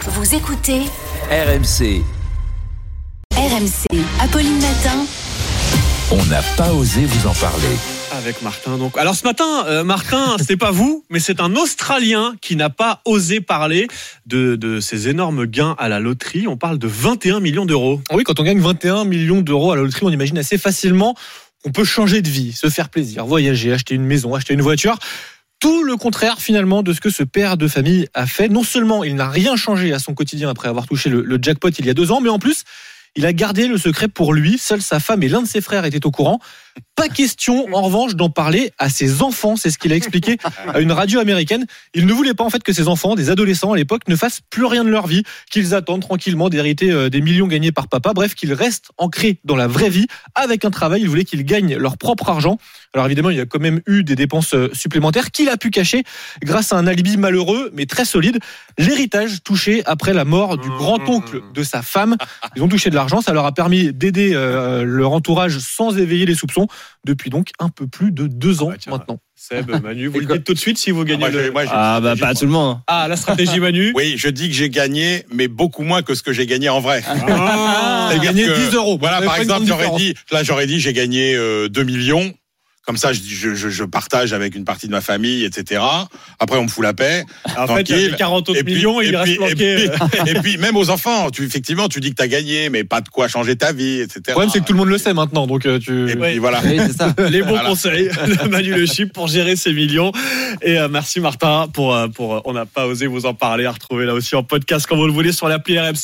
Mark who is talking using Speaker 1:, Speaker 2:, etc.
Speaker 1: Vous écoutez
Speaker 2: RMC,
Speaker 1: RMC. Apolline Matin.
Speaker 2: on n'a pas osé vous en parler.
Speaker 3: Avec Martin, donc. Alors ce matin, euh, Martin, c'est pas vous, mais c'est un Australien qui n'a pas osé parler de, de ses énormes gains à la loterie. On parle de 21 millions d'euros.
Speaker 4: Ah Oui, quand on gagne 21 millions d'euros à la loterie, on imagine assez facilement qu'on peut changer de vie, se faire plaisir, voyager, acheter une maison, acheter une voiture. Tout le contraire finalement de ce que ce père de famille a fait. Non seulement il n'a rien changé à son quotidien après avoir touché le, le jackpot il y a deux ans, mais en plus il a gardé le secret pour lui. Seule sa femme et l'un de ses frères étaient au courant. Pas question en revanche d'en parler à ses enfants, c'est ce qu'il a expliqué à une radio américaine. Il ne voulait pas en fait que ses enfants, des adolescents à l'époque, ne fassent plus rien de leur vie, qu'ils attendent tranquillement d'hériter euh, des millions gagnés par papa. Bref, qu'ils restent ancrés dans la vraie vie avec un travail. Il voulait qu'ils gagnent leur propre argent. Alors évidemment, il y a quand même eu des dépenses euh, supplémentaires qu'il a pu cacher grâce à un alibi malheureux mais très solide. L'héritage touché après la mort du grand-oncle
Speaker 3: Mmh.
Speaker 4: de sa femme. Ils ont touché de l'argent, ça leur a permis d'aider euh, leur entourage sans éveiller les soupçons depuis donc un peu plus de deux ans
Speaker 3: bah tiens.
Speaker 4: maintenant.
Speaker 3: Seb, Manu, vous le dites tout de suite si vous gagnez
Speaker 5: Moi, j'ai-
Speaker 3: le...
Speaker 5: moi, j'ai-
Speaker 6: Ah bah
Speaker 5: j'ai-
Speaker 6: pas à tout le monde.
Speaker 3: Ah, la stratégie Manu
Speaker 5: Oui, je dis que j'ai gagné, mais beaucoup moins que ce que j'ai gagné en vrai.
Speaker 4: T'as
Speaker 5: C'est-à-dire
Speaker 4: gagné
Speaker 5: que,
Speaker 4: 10 euros.
Speaker 5: Voilà,
Speaker 4: Ça
Speaker 5: par
Speaker 4: fait une
Speaker 5: exemple,
Speaker 4: grande
Speaker 5: j'aurais
Speaker 4: différence.
Speaker 5: dit, là, j'aurais dit, j'ai gagné euh, 2 millions. Comme ça, je, dis- je, je- je partage avec une partie de ma famille, etc. Après, on me fout la paix.
Speaker 3: En fait, il y avait
Speaker 5: tranquille.
Speaker 3: 40 autres
Speaker 5: Et puis-
Speaker 3: millions et,
Speaker 5: et
Speaker 3: il reste
Speaker 5: puis- et
Speaker 3: planqué.
Speaker 5: puis- et puis, même aux enfants, tu, effectivement, tu dis que t'as gagné, mais pas de quoi changer ta vie, etc.
Speaker 4: Le problème, c'est que tout le monde le sait maintenant. Donc, euh, tu...
Speaker 5: Et puis, voilà.
Speaker 6: Oui, c'est ça.
Speaker 3: Les bons
Speaker 5: Voilà.
Speaker 3: conseils de Manu Le Chip pour gérer ses millions. Et euh, merci Martin pour, euh, pour euh, On n'a pas osé vous en parler. À retrouver là aussi en podcast quand vous le voulez sur l'appli RMC.